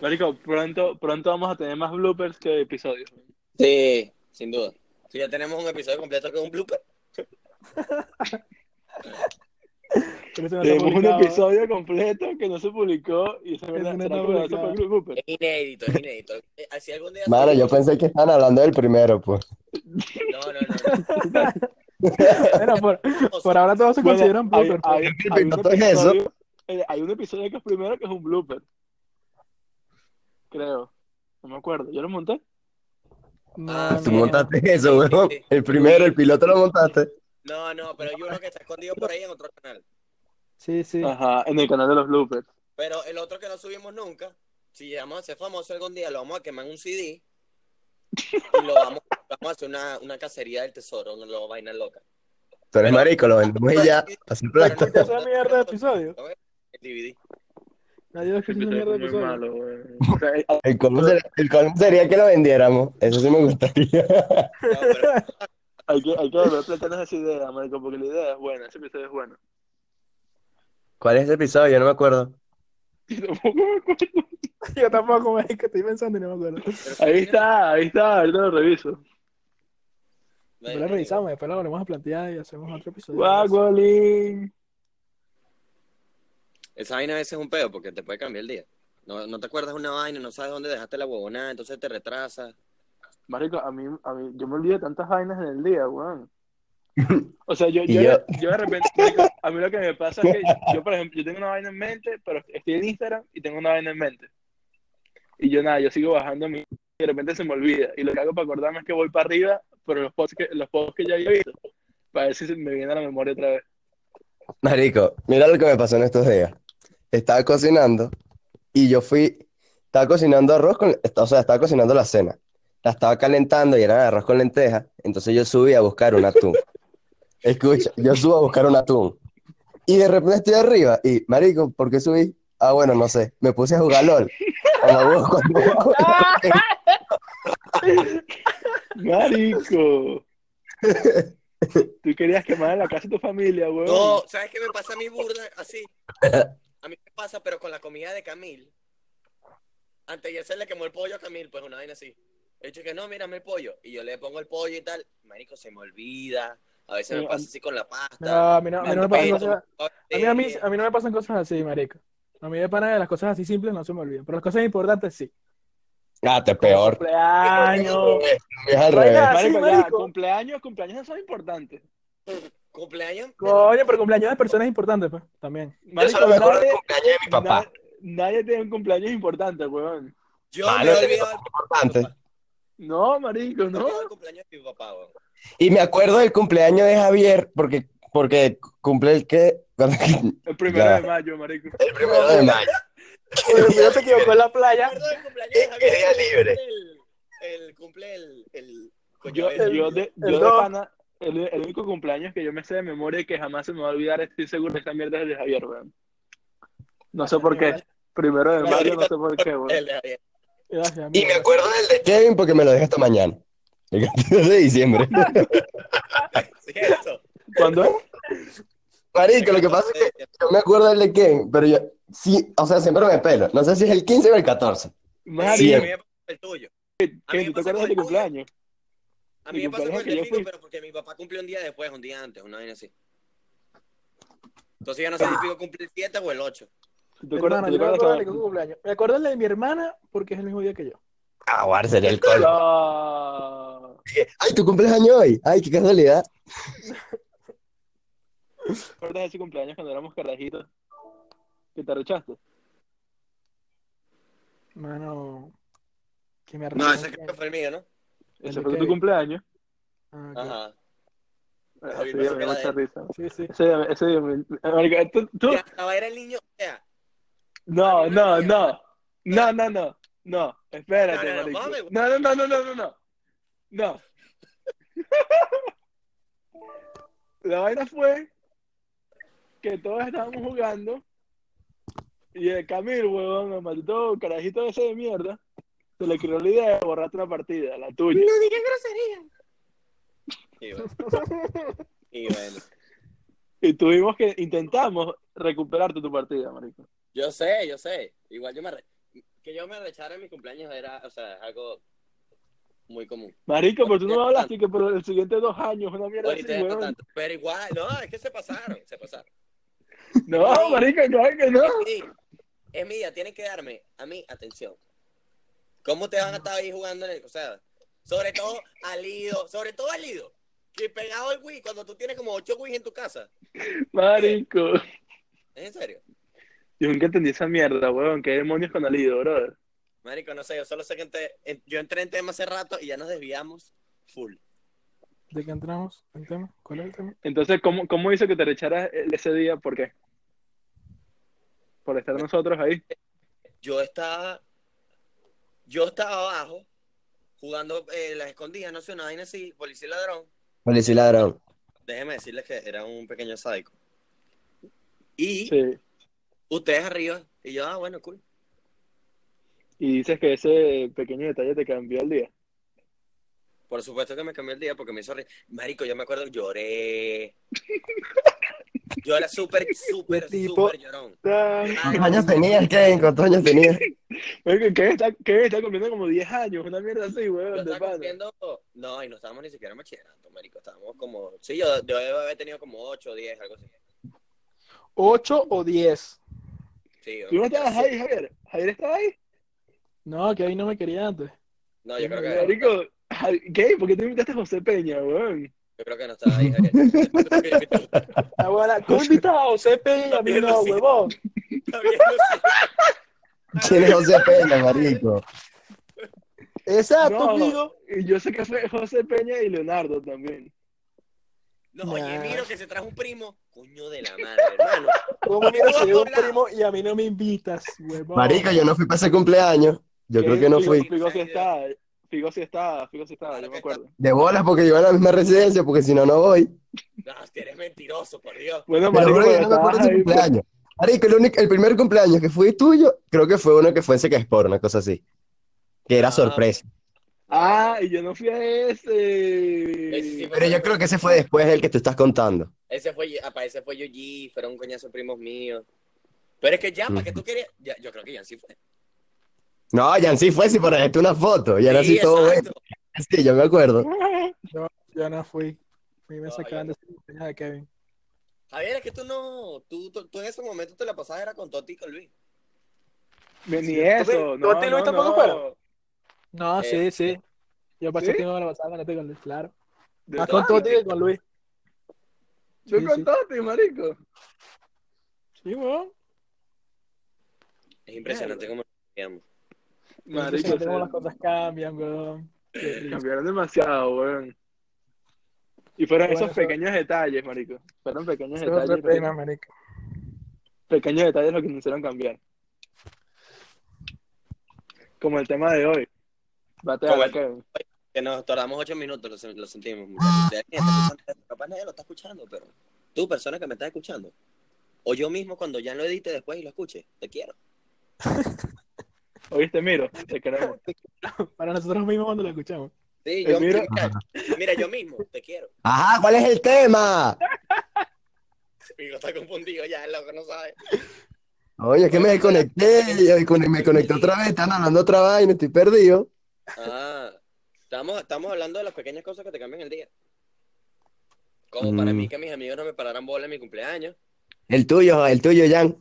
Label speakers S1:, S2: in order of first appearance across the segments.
S1: Marico, pronto, pronto vamos a tener más bloopers que episodios.
S2: Sí, sin duda. Si ya tenemos un episodio completo que es un blooper.
S3: Pero eso no está
S1: Tenemos un
S3: publicado.
S1: episodio completo que no se publicó y se
S3: Eso no está
S1: verdad
S3: publicado.
S1: blooper.
S2: Es inédito, es inédito. Eh, Si algún día.
S4: Mano, yo pensé que estaban hablando del primero, pues.
S2: No, no, no.
S3: Bueno, por,
S2: no.
S3: por ahora todos se
S1: Bueno,
S3: consideran blooper. pues.
S1: hay, hay,
S4: pues.
S1: hay un
S4: No toques eso.
S1: episodio, eh, hay un episodio que es primero que es un blooper. Creo. No me acuerdo. ¿Yo lo monté?
S3: No,
S2: Ah,
S3: no,
S4: Tú
S2: sí.
S3: no.
S4: montaste eso, weón.
S2: Sí, sí.
S4: El primero, el piloto lo montaste.
S2: No, no, pero hay uno que está escondido por ahí en otro canal.
S3: Sí, sí.
S1: Ajá, en el canal de los bloopers.
S2: Pero el otro que no subimos nunca, si llegamos a ser famoso algún día, lo vamos a quemar en un CD y lo vamos, vamos a hacer una, una cacería del tesoro, una lo- vaina loca.
S4: Tú eres marico, lo vendemos y ya. Así
S2: Pero
S4: plata.
S3: Esa mierda de episodio.
S2: El DVD.
S3: Nadie va a escuchar esa mierda de episodio.
S1: O sea, eh,
S4: El colmo sería, el colmo sería que lo vendiéramos. Eso sí me gustaría.
S2: No, pero
S1: hay que, hay que volver a plantearnos esa idea, Marico, porque la idea es buena. Ese episodio es bueno.
S4: ¿Cuál es ese episodio? Yo no me acuerdo.
S1: Tampoco me acuerdo.
S3: Yo tampoco me que estoy pensando y no me acuerdo.
S1: Ahí está, ahí está. Ahorita lo reviso.
S3: Después la revisamos, después la volvemos a plantear y hacemos otro episodio.
S1: Guagolín.
S2: Esa vaina a veces es un pedo porque te puede cambiar el día. No, no te acuerdas una vaina, no sabes dónde dejaste la huevonada, entonces te retrasas.
S1: Marico, a mí, a mí, yo me olvido de tantas vainas en el día, weón. O sea, yo, yo,
S4: Y yo-
S1: yo de repente, marico, a mí lo que me pasa es que yo, por ejemplo, yo tengo una vaina en mente, pero estoy en Instagram y tengo una vaina en mente. Y yo nada, yo sigo bajando mi... Y de repente se me olvida. Y lo que hago para acordarme es que voy para arriba, pero los posts que, los posts que ya había visto, para ver si se me viene a la memoria otra vez.
S4: Marico, mira lo que me pasó en estos días. Estaba cocinando y yo fui, estaba cocinando arroz con, o sea, estaba cocinando la cena. La estaba calentando y era arroz con lenteja, entonces yo subí a buscar un atún. Escucha, yo subo a buscar un atún. Y de repente estoy arriba y, marico, ¿por qué subí? Ah, bueno, no sé, me puse a jugar LOL. A la voz cuando-
S1: Marico. Tú querías quemar en la casa de tu familia, weón.
S2: No, ¿sabes qué me pasa a mí burda? Así. A mí me pasa, pero con la comida de Camil. Antes se le quemó el pollo a Camil, pues una vaina así. He dicho que no, mírame el pollo. Y yo le pongo el pollo y tal. Marico, se me olvida. A veces me
S1: Eh,
S2: pasa así con la pasta.
S3: No, a mí no, a mí no me
S2: Pero,
S3: pasan cosas. A mí,
S2: eh,
S3: a, mí, a mí no me pasan cosas así, marico. A mí de pana de las cosas así simples no se me olvidan. Pero las cosas importantes sí.
S4: Ah, te peor.
S1: Cumpleaños.
S4: Es al revés.
S3: Venga. Ah, sí,
S1: Marico, ya,
S3: marico.
S1: cumpleaños, cumpleaños no son importantes.
S2: ¿Cumpleaños?
S3: Coño, pero cumpleaños de personas importantes, pues, también.
S4: Yo
S1: Marico,
S4: solo me acuerdo del
S1: nadie,
S4: cumpleaños de mi papá.
S1: na- nadie tiene un cumpleaños importante, weón.
S2: Yo
S4: Mano,
S2: me he
S4: ese
S2: olvidado del
S4: Importante.
S1: No, marico,
S2: no.
S1: no.
S2: cumpleaños de mi papá, weón.
S4: Y me acuerdo del cumpleaños de Javier porque, porque cumple el que el
S1: El primero
S4: Ya.
S1: de mayo, marico.
S4: primero de mayo.
S3: Pero si yo te equivocó en la
S2: Me
S3: playa.
S2: acuerdo del cumpleaños de
S4: Es que
S2: Javier,
S4: día libre.
S2: El, el cumple el... el coño,
S1: Yo,
S2: el-
S1: yo de, yo
S3: el
S1: de
S3: dos.
S1: pana, el, el único cumpleaños que yo me sé de memoria y que jamás se me va a olvidar, estoy seguro, esta mierda es el de Javier, weón. No sé por qué. Primero de mayo, no sé por qué,
S2: el
S1: weón.
S2: de Javier.
S3: Gracias,
S4: Y me
S3: mierda.
S4: acuerdo del de Kevin porque me lo deja hasta mañana. El 14 de diciembre.
S2: ¿Cierto?
S1: ¿Cuándo es?
S4: Marico, lo que pasa es
S2: Eh,
S4: que yo me acuerdo del de Kevin, pero yo sí, o sea, siempre me pelo. No sé si es el 15 o el 14.
S2: Sí,
S1: Marico,
S2: a
S4: Siempre.
S2: mí me pasa el tuyo. a mí
S1: ¿qué-
S2: me
S1: ¿tú te
S2: pasa
S1: acuerdas
S2: con
S1: de
S2: el
S1: tu
S2: tuyo.
S1: cumpleaños?
S2: A
S1: Mi
S2: mí me pasó con
S1: cumpleaños
S2: el
S1: que yo
S2: delfino,
S1: fui.
S2: pero porque mi papá cumplió un día después, un día antes, una vaina así. Entonces ya no sé
S1: Ah.
S2: si pico cumple el 7 o el 8.
S1: ¿Tú te acuerdas
S3: Hermana,
S1: tú
S3: yo
S1: te
S3: no me acuerdo
S1: acuerdas
S3: de ningún cumpleaños. Me acuerdo del de mi hermana porque es el mismo día que yo.
S4: Ah, guarda, sería el
S1: cuando-
S4: colmo.
S1: No.
S4: Ay, tu cumpleaños hoy. Ay, qué casualidad.
S1: ¿Te acuerdas de ese cumpleaños cuando éramos carajitos? ¿Que te rechaste?
S3: Mano. Que me
S2: No, ese
S3: arrepiento.
S2: creo que fue el mío, ¿no?
S1: Ese
S3: de
S1: fue tu
S3: Kevin.
S1: cumpleaños.
S3: Ah, ok.
S1: Ah,
S2: Ajá.
S1: sí,
S2: Javier,
S1: me dio
S2: no se
S1: mucha
S2: queda
S1: risa.
S3: Sí, sí.
S1: Ese día, ese día me- Marica, tú- tú-
S2: Ya, estaba era el niño, o sea,
S1: No, no,
S2: Javier,
S1: no. No, no, no. No, espérate,
S2: No, no, no,
S1: marico.
S2: mames, güey.
S1: No, no, no, no, no, no, no. No. La vaina fue que todos estábamos jugando y el Camil, huevón, el maldito carajito ese de mierda, se le creó la idea de borrarte una partida, la tuya.
S2: y bueno. Y bueno.
S1: Y tuvimos que intentamos recuperarte tu partida, marico.
S2: Yo sé, yo sé. Igual yo me re... que yo me arrechara en mis cumpleaños era, o sea, es algo muy común.
S1: Marico, pero tú no me hablaste que por los siguientes dos años, una mierda así,
S2: Ahorita ya no
S1: weón.
S2: tanto, pero igual, no, es que se pasaron, se pasaron.
S1: No, marico, claro que no.
S2: Sí. Es mía, tienen que darme a mí atención. ¿Cómo te van a estar ahí jugando en el, o sea, sobre todo al ido, sobre todo al ido, que pegado al Wii cuando tú tienes como ocho Wii en tu casa?
S1: Marico.
S2: ¿Es en serio?
S1: Yo nunca entendí esa mierda, weón. ¿Qué demonios con Alido, brother?
S2: Marico, no sé, yo solo sé que ente- en- yo entré en tema hace rato y ya nos desviamos full.
S3: ¿De qué entramos? ¿El tema? ¿Cuál es el tema?
S1: Entonces, ¿cómo, cómo hizo que te recharas e-, ese día? ¿Por qué? Por estar nosotros ahí.
S2: Yo estaba, yo estaba abajo jugando eh, las escondidas, no sé, una vaina así, policía y ladrón.
S4: Policía y ladrón.
S2: Déjeme decirles que era un pequeño sádico. Y
S1: Sí.
S2: ustedes arriba, y yo, ah, bueno, cool.
S1: Y dices que ese pequeño detalle te cambió el día.
S2: Por supuesto que me cambió el día porque me hizo reír. Marico, yo me acuerdo, lloré. Yo era súper, súper,
S3: Qué tipo.
S2: súper llorón.
S3: Ah.
S2: Ah,
S4: ¿Cuántos años tenías, Kevin? ¿Cuántos años tenías?
S1: Marico, ¿qué está, qué está cumpliendo como 10 años? Una mierda así,
S2: Yo
S1: weón. De
S2: estaba
S1: pana.
S2: cumpliendo, no, y no estábamos ni siquiera en bachillerato, marico. Estábamos como, sí, yo, yo debo haber tenido como 8 o 10, algo así.
S3: ¿Ocho o diez?
S2: Sí, yo-
S1: ¿Tú no estabas ahí, Javier? ¿Javier estaba ahí?
S3: No, que ahí no me quería antes.
S2: No, yo creo que
S1: Marico, Javi- ¿qué? ¿Por qué te invitaste a José Peña, weón?
S2: Yo creo que no estaba ahí, Javier.
S3: La buena, ¿cómo invitas a José Peña y a mí no, huevón?
S2: Javier, no sé.
S4: ¿Quién es José Peña, marico?
S3: Exacto,
S1: No.
S3: amigo.
S1: Y yo sé que fue José Peña y Leonardo también.
S2: No, oye,
S3: Nah.
S2: miro que se trajo un primo. Coño de la madre, hermano.
S3: ¿Cómo mira si un
S2: Hola.
S3: primo y a mí no me invitas, huevón?
S4: Marico, yo no fui para ese cumpleaños. Yo creo que no fui.
S1: Figo sí estaba, Figo sí estaba, Figo sí estaba,
S2: Claro
S1: yo me
S2: que
S1: acuerdo.
S4: De bolas porque yo iba a la misma residencia, porque si no, no voy.
S2: No, que eres mentiroso, por Dios.
S1: Bueno,
S4: Pero
S1: marico,
S4: bro, yo
S1: pero
S4: no me
S1: estabas
S4: acuerdo de ese
S1: ahí, pues.
S4: cumpleaños. Marico, el, único- el primer cumpleaños que fue tuyo, creo que fue uno que fue en Secaspor, una cosa así. Que era
S2: Ah.
S4: sorpresa.
S1: Ah, y yo no fui a ese.
S2: Ese sí fue-
S4: Pero yo creo que ese fue después del que tú estás contando.
S2: Ese fue, apa, ese fue Yuji, fueron un coñazo de primos míos. Pero es que ya, ¿para qué tú querías? Ya, yo creo que ya sí fue.
S4: No, Jan sí fue, sí, por ejemplo, una foto. Y era así todo bueno.
S2: exacto.
S4: Sí, yo me acuerdo.
S3: Yo no fui. A mí me
S2: No,
S3: sacaban
S2: yo
S3: de ese cumpleaños de Kevin.
S2: Javier, es que tú no, tú, tú, tú en ese momento te la pasabas era con Toti y con Luis.
S1: Ni eso.
S3: Toti-
S1: No,
S3: Toti y
S1: no,
S3: Luis tampoco
S1: no.
S3: fueron. No,
S2: Eh,
S3: sí, sí. Yo pasé
S1: ¿sí?
S3: tiempo con la pasada con este con Luis, claro.
S1: De
S3: Más Ah, con
S1: pana.
S3: Toti que con Luis.
S1: Yo
S3: Sí,
S1: con
S3: sí.
S1: Toti, marico.
S3: Sí, huevón.
S2: Es impresionante cómo nos veíamos.
S1: Marico,
S3: cómo las
S1: se-
S3: cosas cambian, huevón. Qué risa.
S1: cambiaron demasiado, weón. Y fueron
S3: Bueno,
S1: esos
S3: eso-
S1: pequeños detalles, marico. Fueron pequeños
S3: Ese es otro
S1: detalles.
S3: tema, marico.
S1: pequeños detalles lo que nos hicieron cambiar. Como el tema de hoy. Batea
S2: Como
S1: a
S2: el-
S1: Kevin.
S2: Que nos tardamos ocho minutos, lo, sen- lo sentimos, muchachos. Ustedes que están escuchando, Capaz nadie lo está escuchando, pero tú, persona que me estás escuchando, o yo mismo cuando ya lo edite después y lo escuche, te quiero.
S1: ¿Oíste, Miro? Te queremos.
S3: Para nosotros mismos cuando lo escuchamos.
S2: Sí,
S4: Eh,
S1: Te
S2: yo
S1: miro.
S2: mira, mira, yo mismo, te quiero.
S4: Ajá, ¿cuál es el tema?
S2: Migo está confundido ya, el loco no sabe.
S4: Oye, es que me desconecté. y ahí con- Me conecté otra vez. Están hablando otra vaina. Estoy perdido.
S2: Ah, estamos, estamos hablando de las pequeñas cosas que te cambian el día. Como para
S4: Mm.
S2: mí que mis amigos no me pararan bola en mi cumpleaños.
S4: El tuyo, el tuyo, Jan.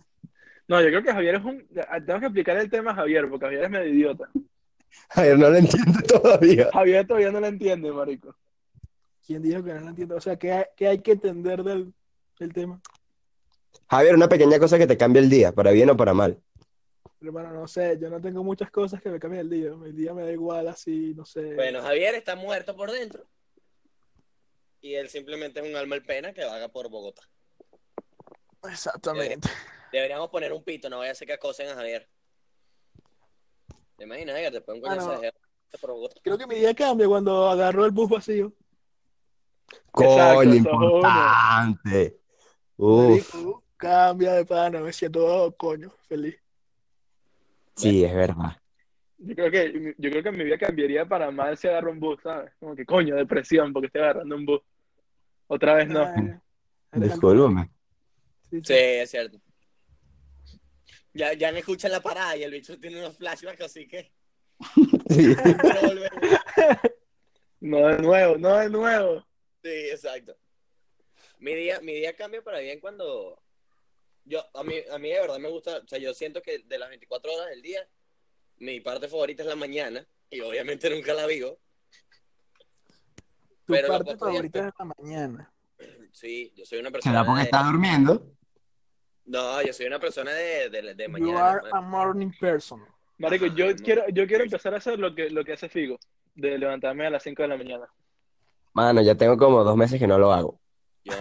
S1: No, yo creo que Javier es un. Tengo que explicar el tema a Javier, porque Javier es medio idiota.
S4: A ver, no lo entiendo todavía.
S1: Javier todavía no lo entiende, marico.
S3: ¿Quién dijo que no lo entiendo? O sea, ¿qué hay, qué hay que entender del, del tema?
S4: Javier, una pequeña cosa que te cambia el día, para bien o para mal.
S3: Hermano, no sé, yo no tengo muchas cosas que me cambien el día. El día me da igual así, no sé.
S2: Bueno, Javier está muerto por dentro. Y él simplemente es un alma en pena que vaga por Bogotá.
S3: Exactamente.
S2: Deberíamos poner un pito, no vaya a ser que acosen a Javier. ¿Te imaginas? Oiga, te pueden
S3: Ah, no.
S2: conocer por Bogotá.
S3: Creo que mi día cambia cuando agarro el bus vacío.
S1: Exacto, eso
S4: Coño,
S1: es uno.
S4: importante. Uf,
S3: Marico, Cambia de pana, me siento, oh, coño, feliz.
S4: sí, es verdad.
S1: Yo creo que, yo creo que mi vida cambiaría para mal si agarro un bus, ¿sabes? Como que coño, depresión, porque estoy agarrando un bus. Otra vez no.
S3: Ay, Alejandro,
S4: Discúlpame.
S3: sí, sí.
S2: Sí, es cierto. Ya, ya no escuchan la parada y el bicho tiene unos flashbacks, así que.
S4: Sí.
S2: no volvemos.
S1: No de nuevo, no de nuevo.
S2: Sí, exacto. Mi día, mi día cambia para bien cuando yo a mí a mí de verdad me gusta, o sea, yo siento que de las 24 horas del día mi parte favorita es la mañana y obviamente nunca la vivo.
S3: Tu
S2: Pero la
S3: parte
S2: puedo odiar,
S3: favorita es la mañana.
S2: Sí, yo soy una persona
S4: ¿Será porque
S2: de-
S4: estás durmiendo?
S2: No, yo soy una persona de, de, de
S3: You
S2: mañana.
S3: are a morning person.
S1: Marico, yo
S2: Ay, no.
S1: quiero, yo quiero empezar a hacer lo que, lo que hace Figo, de levantarme a las 5 de la mañana.
S4: Mano, ya tengo como dos meses que no lo hago.
S2: Yo no.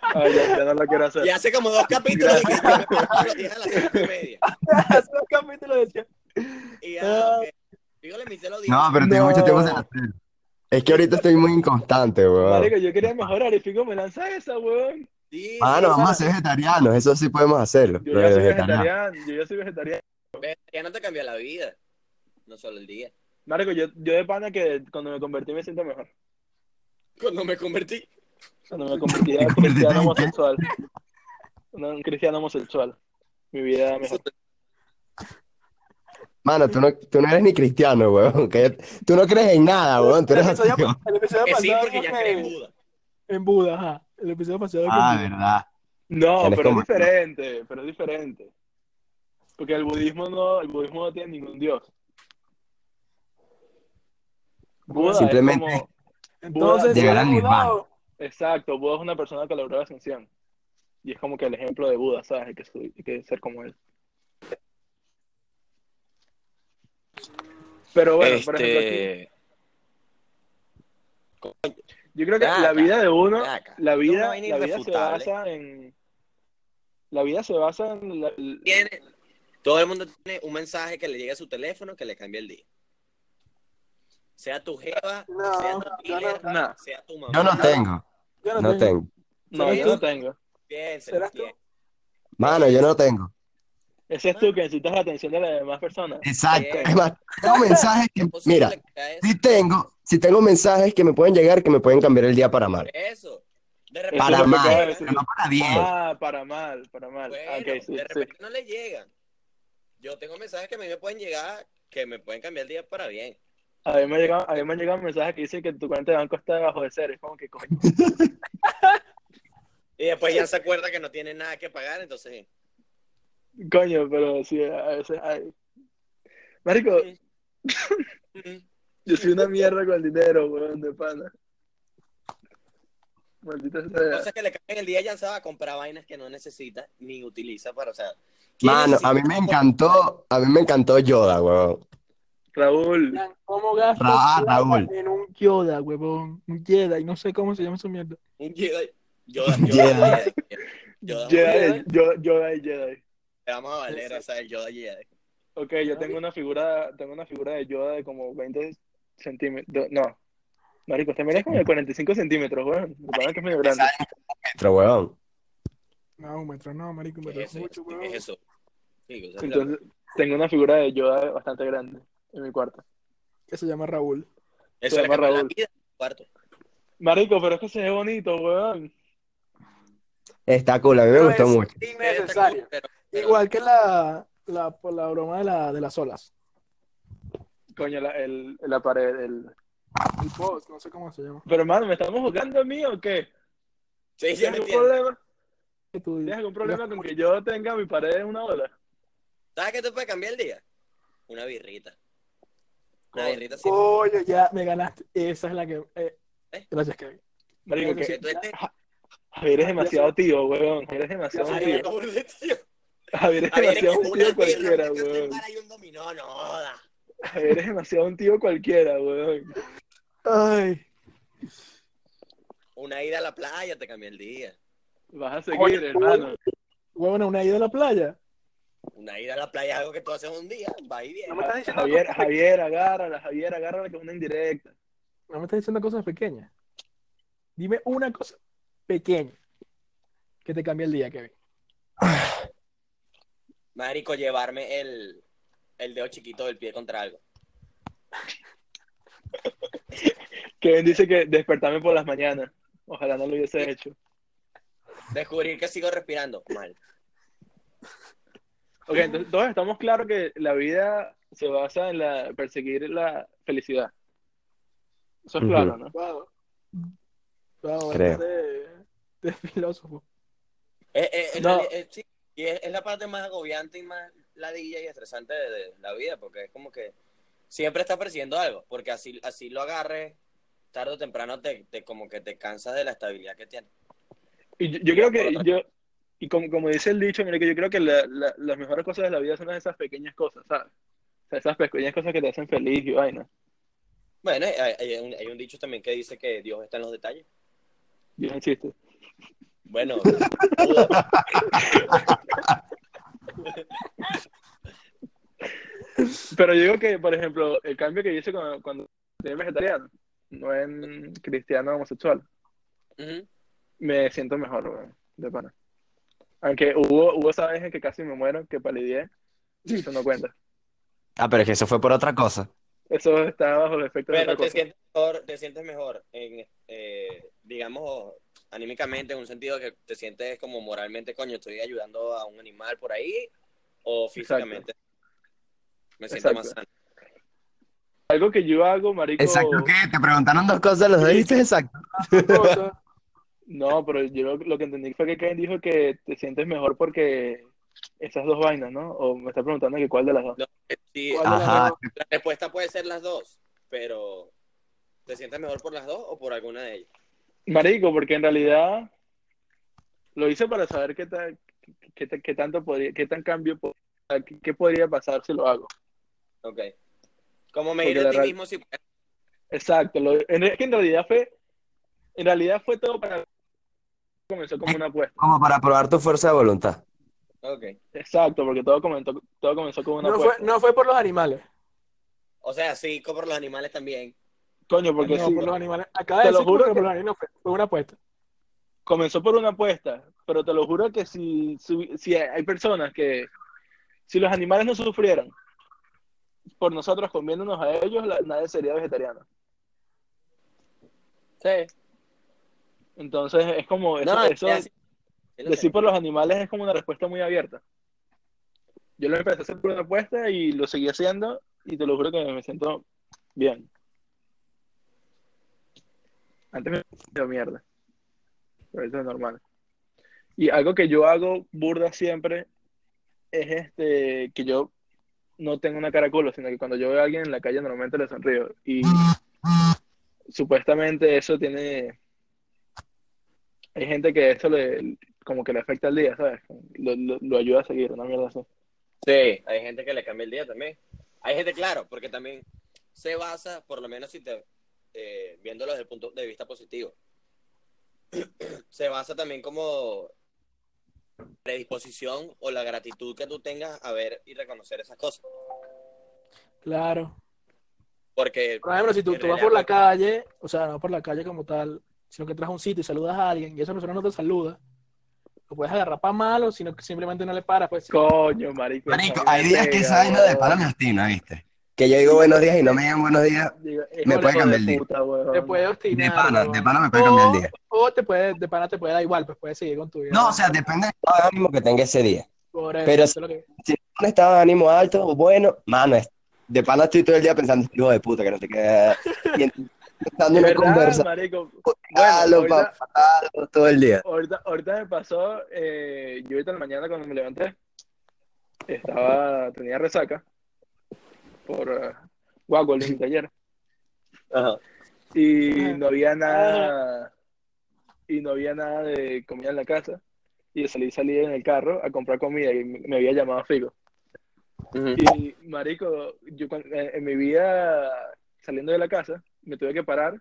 S1: Ah, ya, ya no lo quiero hacer.
S2: Y hace como dos capítulos de que yo me pongo a las 10 a las 5 y media.
S3: Hace dos capítulos Ah, decía.
S2: Y ya, ok. Digo, le invité a los 10.
S4: No, pero tengo
S3: No.
S4: mucho tiempo sin hacer. Es que ahorita estoy muy inconstante, weón.
S1: Marico, yo quería mejorar y Figo me lanza esa, weón.
S2: Sí,
S4: Mano,
S2: sí,
S4: Ah, vamos a ser vegetarianos, eso sí podemos hacerlo.
S1: Yo
S4: lo
S1: ya
S4: de
S1: soy
S4: vegetariano.
S1: vegetariano, yo ya soy vegetariano.
S2: ve, Ya no te cambia la vida. No solo el día.
S1: Marico, yo, yo de pana que cuando me convertí me siento mejor.
S2: Cuando me convertí.
S1: Cuando me convertí en
S4: ¿Convertiste en
S1: cristiano
S4: qué?
S1: homosexual. No, un cristiano homosexual. Mi vida mejor.
S4: Mano, tú no, tú no eres ni cristiano, weón. que- tú no crees en nada, weón. Tú
S3: El
S4: eres
S3: episodio,
S4: ateo.
S3: el episodio
S2: Que sí,
S3: pasado
S2: porque ya
S3: creo
S2: crees
S3: que-
S2: Buda.
S3: En Buda, ajá. El episodio pasado.
S4: Ah,
S3: que-
S4: verdad.
S1: No,
S4: Tienes
S1: pero es
S4: como-
S1: diferente, pero es diferente. Porque el budismo no, el budismo no tiene ningún dios. Buda
S4: Simplemente-
S1: es como,
S3: Entonces,
S4: Llegar al
S3: ¿eres
S4: nirvana.
S3: Buda o-
S1: exacto, Buda es una persona que logró la ascensión. Y es como que el ejemplo de Buda, ¿sabes? Hay que, su- hay que ser como él. Pero bueno, por ejemplo, aquí,
S2: Este,
S1: yo creo que
S2: Daca,
S1: la vida de uno,
S2: daca.
S1: la
S2: Esto es una
S1: vida,
S2: vaina
S1: la vida se
S2: irrefutable.
S1: basa en, la vida se basa en la-
S2: tiene- todo el mundo tiene un mensaje que le llegue a su teléfono que le cambie el día. Sea tu jeva,
S3: No,
S2: sea
S3: yo
S2: tu dealer,
S1: no- no.
S2: sea tu mamá.
S4: Yo no tengo,
S3: Yo
S4: no tengo.
S1: no, yo no tengo.
S2: Piénselo,
S3: ¿Serás tú?
S2: piénselo.
S4: Mano, yo no tengo.
S1: Ese es tú que necesitas la atención de las demás personas.
S4: Exacto.
S2: Eh.
S4: Es más, tengo mensajes que.
S2: Es posible
S4: Mira,
S2: que sea eso.
S4: sí tengo, sí tengo mensajes que me pueden llegar que me pueden cambiar el día para mal.
S2: Eso. De repente
S4: Para
S1: Eso es lo que acaba de
S4: mal,
S1: decir.
S4: pero no para bien.
S1: Ah, para mal, para mal. Ah,
S2: Bueno,
S1: ok, sí,
S2: de
S1: sí.
S2: repente no le llegan. Yo tengo mensajes que a mí me pueden llegar que me pueden cambiar el día para bien.
S1: A mí me ha llegado, a mí me ha llegado un mensaje que dice que tu cuenta de banco está debajo de cero. Es como que coño.
S2: Y después ya se acuerda que no tiene nada que pagar, entonces.
S1: Coño, pero sí, a veces hay. Marico,
S2: mm,
S1: yo soy una mierda con el dinero, weón, de pana. Maldita sea.
S2: Cosas que le cambian el día ya se va a comprar vainas que no necesita ni utiliza para, o sea. ¿quién
S4: Mano,
S2: necesita
S4: a mí me
S2: comprar-
S4: encantó, a mí me encantó Yoda, weón.
S1: Raúl,
S3: ¿Cómo gastas
S4: Ra-
S3: plata
S4: Raúl.
S3: en un Yoda, huevón? Un Jedi, no sé cómo se llama esa mierda.
S2: Un Jedi. Yo, yo,
S4: Jedi.
S2: yo,
S1: Jedi, yo, yo Jedi.
S2: vamos a valer esa del Yoda Jedi.
S1: Ok, yo tengo una figura, tengo una figura de Yoda de como 20 centímetros. No. Marico, usted mira como de 45 centímetros, weón. De pana que es medio grande.
S4: Nuestro weón.
S3: No, un metro, no, marico, un
S2: ¿Qué
S3: metro
S2: es
S3: es mucho,
S2: eso? ¿Qué
S3: huevón.
S2: es eso? Sí, o sea,
S1: Entonces, tengo una figura de Yoda bastante grande en mi cuarto.
S3: Que se llama Raúl.
S2: eso
S1: se
S2: le
S1: llama
S2: cambia la
S1: Raúl.
S2: vida. Cuarto.
S1: Marico, pero es que se ve bonito, weón.
S4: Está cool, a mí me
S3: Pero
S4: gustó
S3: es
S4: mucho.
S3: Innecesario.
S2: Pero- pero-
S3: Igual que la, la, por la broma de, la, de las olas.
S1: Coño, la, el, la pared. El...
S3: El post, no sé cómo se llama.
S1: Pero, hermano, ¿me estamos jugando a mí o qué?
S2: Sí, sí,
S1: ¿Tienes
S2: me
S1: algún
S2: entiendo.
S1: problema?
S3: Que tú-
S1: ¿Tienes algún problema con que yo tenga mi pared en una ola?
S2: ¿Sabes qué te puede cambiar el día? Una birrita. Una
S1: Coño.
S2: birrita sí.
S3: Coño, ya me ganaste. Esa es la que... eh,
S2: ¿Eh?
S3: Gracias, Kevin.
S1: Marico,
S2: Si
S1: que
S2: tú estés-
S1: Javier es demasiado tío, weón. Javier es demasiado
S2: Ay,
S1: tío.
S2: por Dios, tío.
S1: Javier es
S2: A ver, es que
S1: demasiado
S2: con
S1: un
S2: una
S1: tío
S2: birra
S1: cualquiera,
S2: te
S1: weón.
S2: prepara y un dominó, no joda.
S1: Javier es demasiado un tío cualquiera, weón.
S3: Ay,
S2: Una ida a la playa te cambia el día.
S1: Vas a seguir, hermano.
S3: huevón, una ida a la playa.
S2: Una ida a la playa es algo que tú haces un día, va y viene.
S3: No me estás diciendo
S1: Javier,
S3: cosas
S1: Javier, agárrala, Javier, agárrala que es una indirecta.
S3: No me estás diciendo cosas pequeñas. Dime una cosa pequeña que te cambie el día, Kevin.
S2: Marico, llevarme el, el dedo chiquito del pie contra algo.
S1: Kevin dice que despertarme por las mañanas. Ojalá no lo hubiese hecho.
S2: Descubrir que sigo respirando. Mal.
S1: Ok, entonces todos estamos claros que la vida se basa en la perseguir la felicidad. Eso es
S4: Ujú.
S1: claro, ¿no?
S3: Wow. Wow,
S4: Creo.
S3: De, de filósofo.
S2: Eh, eh, en
S1: No.
S2: realidad, eh, sí, y es, es la parte más agobiante y más ladilla y estresante de, de la vida, porque es como que siempre estás persiguiendo algo, porque así, así lo agarres, tarde o temprano te, te- como que te cansas de la estabilidad que tienes.
S1: Y yo, yo creo que yo, y como, como dice el dicho, mira que yo creo que la- la- las mejores cosas de la vida son las- esas pequeñas cosas, ¿sabes? O sea, esas pequeñas cosas que te hacen feliz y vaina.
S2: Bueno, hay, hay- hay un, hay un dicho también que dice que Dios está en los detalles.
S1: Dios existe.
S2: Bueno,
S1: Pero yo digo que, por ejemplo, el cambio que yo hice cuando, cuando soy vegetariano, no en cristiano homosexual,
S2: ujú.
S1: me siento mejor, weón, de pana. Aunque hubo, hubo esa vez en que casi me muero, que palideé, eso no cuenta.
S4: Ah, pero es que eso fue por otra cosa.
S1: Eso está bajo el efecto de
S2: Bueno,
S1: otra
S2: te
S1: cosa.
S2: sientes mejor, te sientes mejor en, eh, digamos, anímicamente, en un sentido que te sientes como moralmente, coño, estoy ayudando a un animal por ahí, o físicamente. Me siento
S1: Exacto.
S2: más sano.
S1: Algo que yo hago, marico.
S4: Exacto, ¿qué? Te preguntaron dos cosas, los dijiste exacto.
S3: Cosa.
S1: No, pero yo lo, lo que entendí fue que Kevin dijo que te sientes mejor porque esas dos vainas, ¿no? O me está preguntando que cuál de las dos.
S2: No, eh, sí,
S3: ¿Cuál?
S4: Ajá,
S2: la respuesta puede ser las dos, pero ¿te sientes mejor por las dos o por alguna de ellas?
S1: Marico, porque en realidad lo hice para saber qué, ta- qué, ta- qué tanto podría, qué tan cambio, po- qué, qué podría pasar si lo hago.
S2: Ok. Como
S1: Porque
S2: medir
S1: la
S2: a ti
S1: real-
S2: mismo si puedes.
S1: Exacto, lo- en, es que en realidad fue, en realidad fue todo para comenzó como una apuesta.
S4: como para probar tu fuerza de voluntad.
S2: Ok.
S1: Exacto, porque todo comenzó, todo comenzó como una
S3: No fue,
S1: apuesta.
S3: no fue por los animales.
S2: O sea, sí, como por los animales también.
S1: Coño, porque
S3: no,
S1: sí,
S3: por los animales. Acaba
S1: Te
S3: de
S1: lo
S3: decir
S1: juro
S3: que
S1: que-
S3: por los animales no fue, fue una apuesta.
S1: comenzó por una apuesta, pero te lo juro que si, si, si hay personas que, si los animales no sufrieran por nosotros comiéndonos a ellos, la- nadie sería vegetariano.
S2: Sí.
S1: Entonces es como, eso,
S2: No,
S1: eso-
S2: ya sí. Sí lo sé.
S1: decir por los animales es como una respuesta muy abierta. Yo lo empecé a hacer por una apuesta y lo seguí haciendo y te lo juro que me siento bien. Antes me sentía mierda. Pero eso es normal. Y algo que yo hago burda siempre es este que yo no tengo una cara culo, sino que cuando yo veo a alguien en la calle normalmente le sonrío. Y supuestamente eso tiene... Hay gente que eso le, como que le afecta al día, ¿sabes? Lo, lo- lo ayuda a seguir, una mierda así.
S2: Sí, hay gente que le cambia el día también. Hay gente, claro, porque también se basa, por lo menos si te eh, viéndolo desde el punto de vista positivo, se basa también como predisposición o la gratitud que tú tengas a ver y reconocer esas cosas.
S3: Claro.
S2: Porque
S3: Por ejemplo, si tú,
S2: En
S3: tú vas
S2: realidad,
S3: por la
S2: pues-
S3: calle, o sea, no por la calle como tal, sino que entras a un sitio y saludas a alguien y esa persona no te saluda, lo puedes agarrar para malo, sino que simplemente no le paras. Pues,
S1: Coño, marico.
S4: Marico,
S1: esa
S4: hay
S1: me
S4: días que
S1: pega,
S4: esa vaina de
S1: weón.
S4: palo me obstina, ¿viste? Que yo digo buenos días y no me digan buenos días.
S1: Digo,
S4: Me puede
S1: hijo de
S4: cambiar el día.
S1: puta, weón.
S3: te puede obstinar.
S4: De pana,
S3: weón.
S4: de pana me puede cambiar el día.
S3: O te puede, de pana te puede dar igual, pues puedes seguir con tu vida.
S4: No, o sea, depende del estado de ánimo que tenga ese día.
S3: Por eso,
S4: pero-
S3: eso es lo que-
S4: Si tengo un estado de ánimo alto, bueno, mano, es- de pana estoy todo el día pensando, hijo de puta, que no te queda. Y entonces, estando
S1: De
S4: una
S1: verdad,
S4: conversación,
S1: marico.
S4: palo,
S1: Bueno, ahorita-
S4: papalo, todo el día.
S1: Ahorita, ahorita me pasó, eh, yo ahorita en la mañana cuando me levanté, estaba, tenía resaca por eh, guaco el taller
S2: Ajá.
S1: y no había nada, y no había nada de comida en la casa y salí, salí en el carro a comprar comida y me me había llamado Figo. Y marico, yo cuan- en, en mi vida saliendo de la casa me tuve que parar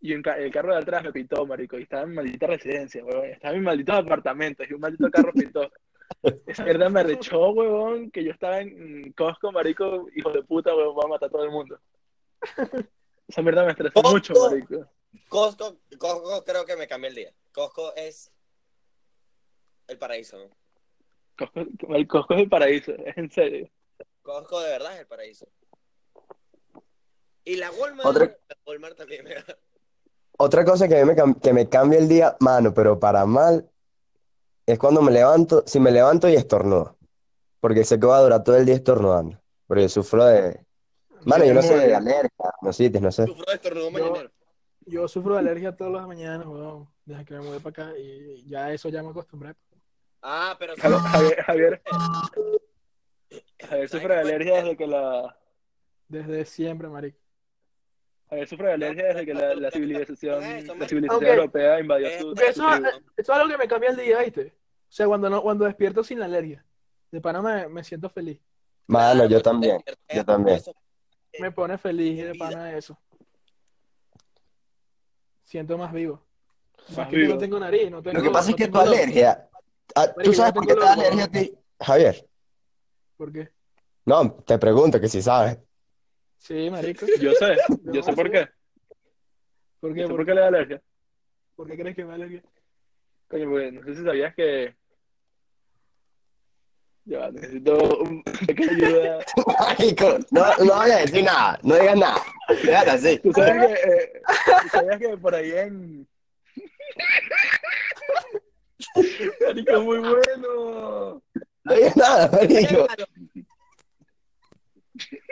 S1: y en ca- el carro de atrás me pitó, marico, y estaba en mi maldita residencia, huevón, estaba en mis malditos apartamentos y un maldito carro pitó. Esa mierda me rechó, huevón, que yo estaba en Costco, marico, hijo de puta, huevón, voy a matar a todo el mundo. Esa mierda me estresó
S2: Costco.
S1: mucho, marico.
S2: Costco, Costco creo que me cambia el día. Costco es el paraíso. ¿no?
S1: Costco, el Costco es el paraíso, es en serio.
S2: Costco de verdad es el paraíso. Y la Walmart,
S4: Otra-
S2: la Walmart también me
S4: Otra cosa que a mí me, cam- que me cambia el día, mano, pero para mal, es cuando me levanto, si me levanto y estornudo. Porque sé que voy a durar todo el día estornudando. Porque yo sufro de. Mano, yo no sé de alergia, sientes, no sé.
S2: Sufro de estornudo mañanero.
S3: Yo sufro de alergia todas las mañanas, weón. Desde que me mudé para acá y ya eso ya me acostumbré.
S2: Ah, pero.
S1: Javier, Javier, Javier, Javier
S2: ¿Sabes
S1: sufre de
S2: qué fue?
S1: alergia desde que la.
S3: Desde siempre, marico.
S1: Javier sufre de alergia desde que la, la civilización, la civilización
S3: Eh, Ok.
S1: europea invadió su.
S3: Eso,
S1: su tribu.
S3: eso es algo que me cambia el día, ¿viste? O sea, cuando, no, cuando despierto sin la alergia. De pana me, me siento feliz.
S4: Mano, yo también. yo también. Eh,
S3: Me pone feliz de pana eso. Siento más vivo. Más
S1: Más
S3: que yo
S1: vivo.
S3: no tengo nariz, no tengo
S4: Lo que pasa es
S3: no
S4: que tu
S3: tengo oído.
S4: alergia. ah,
S3: Marico,
S4: ¿Tú
S3: yo
S4: sabes
S3: no
S4: por qué
S3: tengo
S4: te da
S3: olor,
S4: alergia a ti? Javier,
S3: ¿Por qué?
S4: no, te pregunto que si sabes.
S3: Sí, marico.
S1: Yo sé,
S3: No,
S1: yo sé por
S3: sí.
S1: qué.
S3: ¿Por
S1: Yo
S3: qué?
S1: sé por
S3: ¿Por,
S1: qué le da alergia.
S3: por qué crees que me da alergia?
S1: Coño, porque no sé si sabías que. Ya, va, necesito un pequeña ayuda.
S4: Marico, no, no voy a decir nada, no digas nada. Quédate así.
S1: Tú sabes que. eh, tú sabías que por ahí en. Marico, es muy bueno.
S4: No digas nada, marico.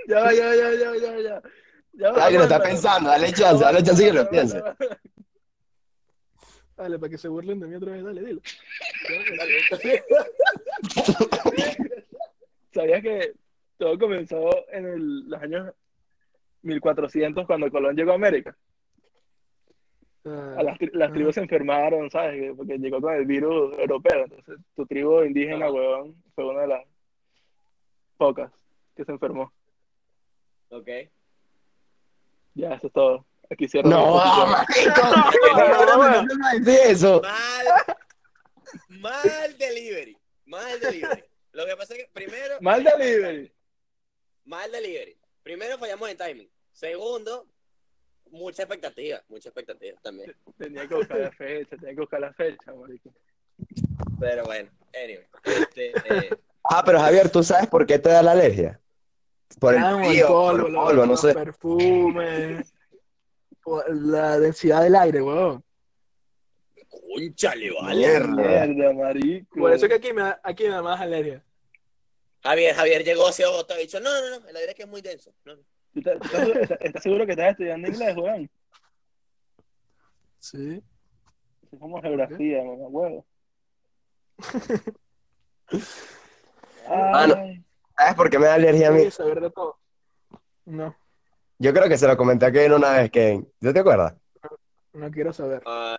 S1: Ya, va, ya, va, ya, va, ya, va, ya, va, ya. va. Ya va,
S4: Dale que lo está
S1: aguanta.
S4: pensando, dale chance, dale chance que lo piense.
S3: Dale, para que se burlen de mí otra vez, dale, dilo.
S1: ¿Sabías que todo comenzó en el- los años 1400 cuando Colón llegó a América?
S3: Ah,
S1: A las, tri- las tribus se enfermaron, ¿sabes? Porque llegó con el virus europeo. Entonces, tu tribu indígena,
S2: Ajá.
S1: huevón, fue una de las pocas que se enfermó.
S2: Ok.
S1: Ya, eso es todo. Aquí cierro.
S4: No,
S1: la exposición.
S4: marico. No, no, no, no decir eso.
S2: Mal. Mal delivery. Mal delivery. Lo que pasa es que primero.
S1: Mal delivery.
S2: Mal delivery. Primero fallamos en timing. Segundo, mucha expectativa. Mucha expectativa también.
S1: Tenía que buscar la fecha, tenía que buscar la fecha, marico.
S2: Pero bueno, anyway. Este, eh,
S4: Ah, pero Javier, ¿tú sabes por qué te da la alergia? Por el
S3: Claro,
S4: frío, por
S3: polvo,
S4: el
S3: los-
S4: polvo, no
S3: los
S4: sé.
S3: perfumes, o la densidad del aire, weón.
S2: cónchale, vale.
S4: Mierda.
S1: Mierda, marico.
S3: Por eso que aquí me, da- aquí me da más alergia.
S2: Javier, Javier llegó hacia Bogotá y dicho, no, no, no, el aire es que es muy denso. No, no.
S1: ¿Tú estás- tú estás- ¿Estás estás seguro que estás estudiando inglés, huevón?
S3: Sí.
S1: Es como geografía, mamá, huevo.
S4: Ah, no.
S1: Ay,
S4: ¿Sabes por qué me da alergia a mí?
S3: Tienes que saber de todo. No,
S4: Yo creo que se lo comenté a Kevin una vez, Kevin. ¿No te acuerdas?
S3: no quiero saber.
S2: Ah,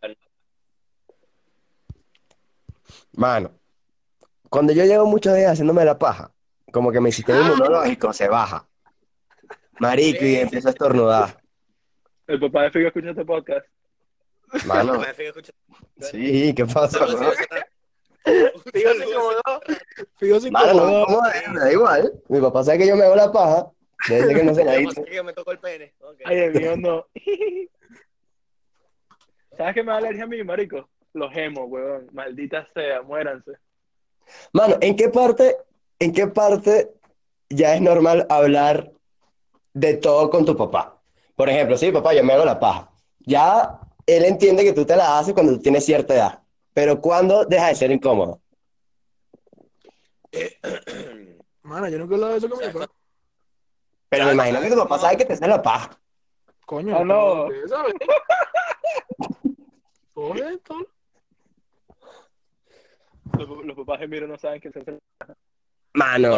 S4: Mano, cuando yo llevo muchos días haciéndome la paja, como que mi sistema inmunológico se baja. Marico, y empiezo a estornudar.
S1: El papá de Figo escucha este podcast.
S4: Mano,
S2: me fijo escuchando.
S4: sí, ¿qué pasa?
S2: Saludos,
S4: bro?
S2: saludos.
S3: Figo así como no. Figo así como
S4: Mano, no me
S3: no.
S4: incomoda, me da igual. Mi papá sabe que yo me hago la paja. Me dice que no se la
S2: Lo que
S4: hizo.
S2: pasa es que me tocó el pene. Ok.
S1: Ay, el mío no. ¿Sabes qué me da alergia a mí, marico? Los hemos, huevón. Maldita sea, muéranse.
S4: Mano, ¿en qué parte, en qué parte ya es normal hablar de todo con tu papá? Por ejemplo, sí, papá, yo me hago la paja. Ya él entiende que tú te la haces cuando tú tienes cierta edad, pero ¿cuándo deja de ser incómodo?
S3: Mano, yo nunca he hablado de eso con mi papá.
S4: Pero me imagino que tu papá sabe que te hace la paja.
S3: Coño.
S1: Ah, no.
S3: ¿qué ¿Sabes? Oye, esto.
S1: Los, los papás de Miro no saben que se hacen.
S4: Mano,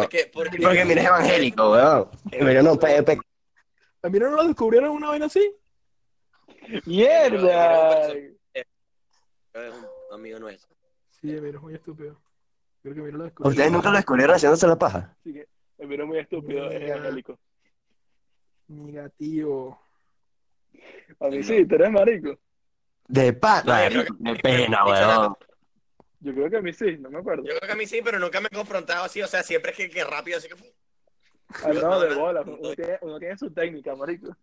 S2: ¿Por qué? ¿Por qué?
S4: porque mira, es evangélico, weón. Pero no, pe- pe-
S3: ¿A mí no lo descubrieron una vaina así?
S1: ¡Mierda!
S2: Es un amigo nuestro.
S3: Sí, mira, es muy estúpido. Creo que mira lo descubrieron.
S4: ¿ustedes nunca lo descubrieron haciéndose la paja?
S1: Así que el Miro es muy estúpido, es
S3: Mira.
S1: evangélico.
S3: Negativo.
S1: A mí sí, tú eres marico.
S4: De
S2: No, yo
S4: paja,
S2: creo que-
S4: de pena,
S2: Dicho nada.
S4: weón.
S1: Yo creo que a mí sí, no me acuerdo.
S2: Yo creo que a mí sí, pero nunca me he confrontado así. O sea, siempre es que, que rápido, así que.
S1: Ah,
S2: Yo-
S1: no,
S2: no,
S1: de
S2: no,
S1: bola.
S2: no.
S1: Uno tiene, uno tiene su técnica, marico.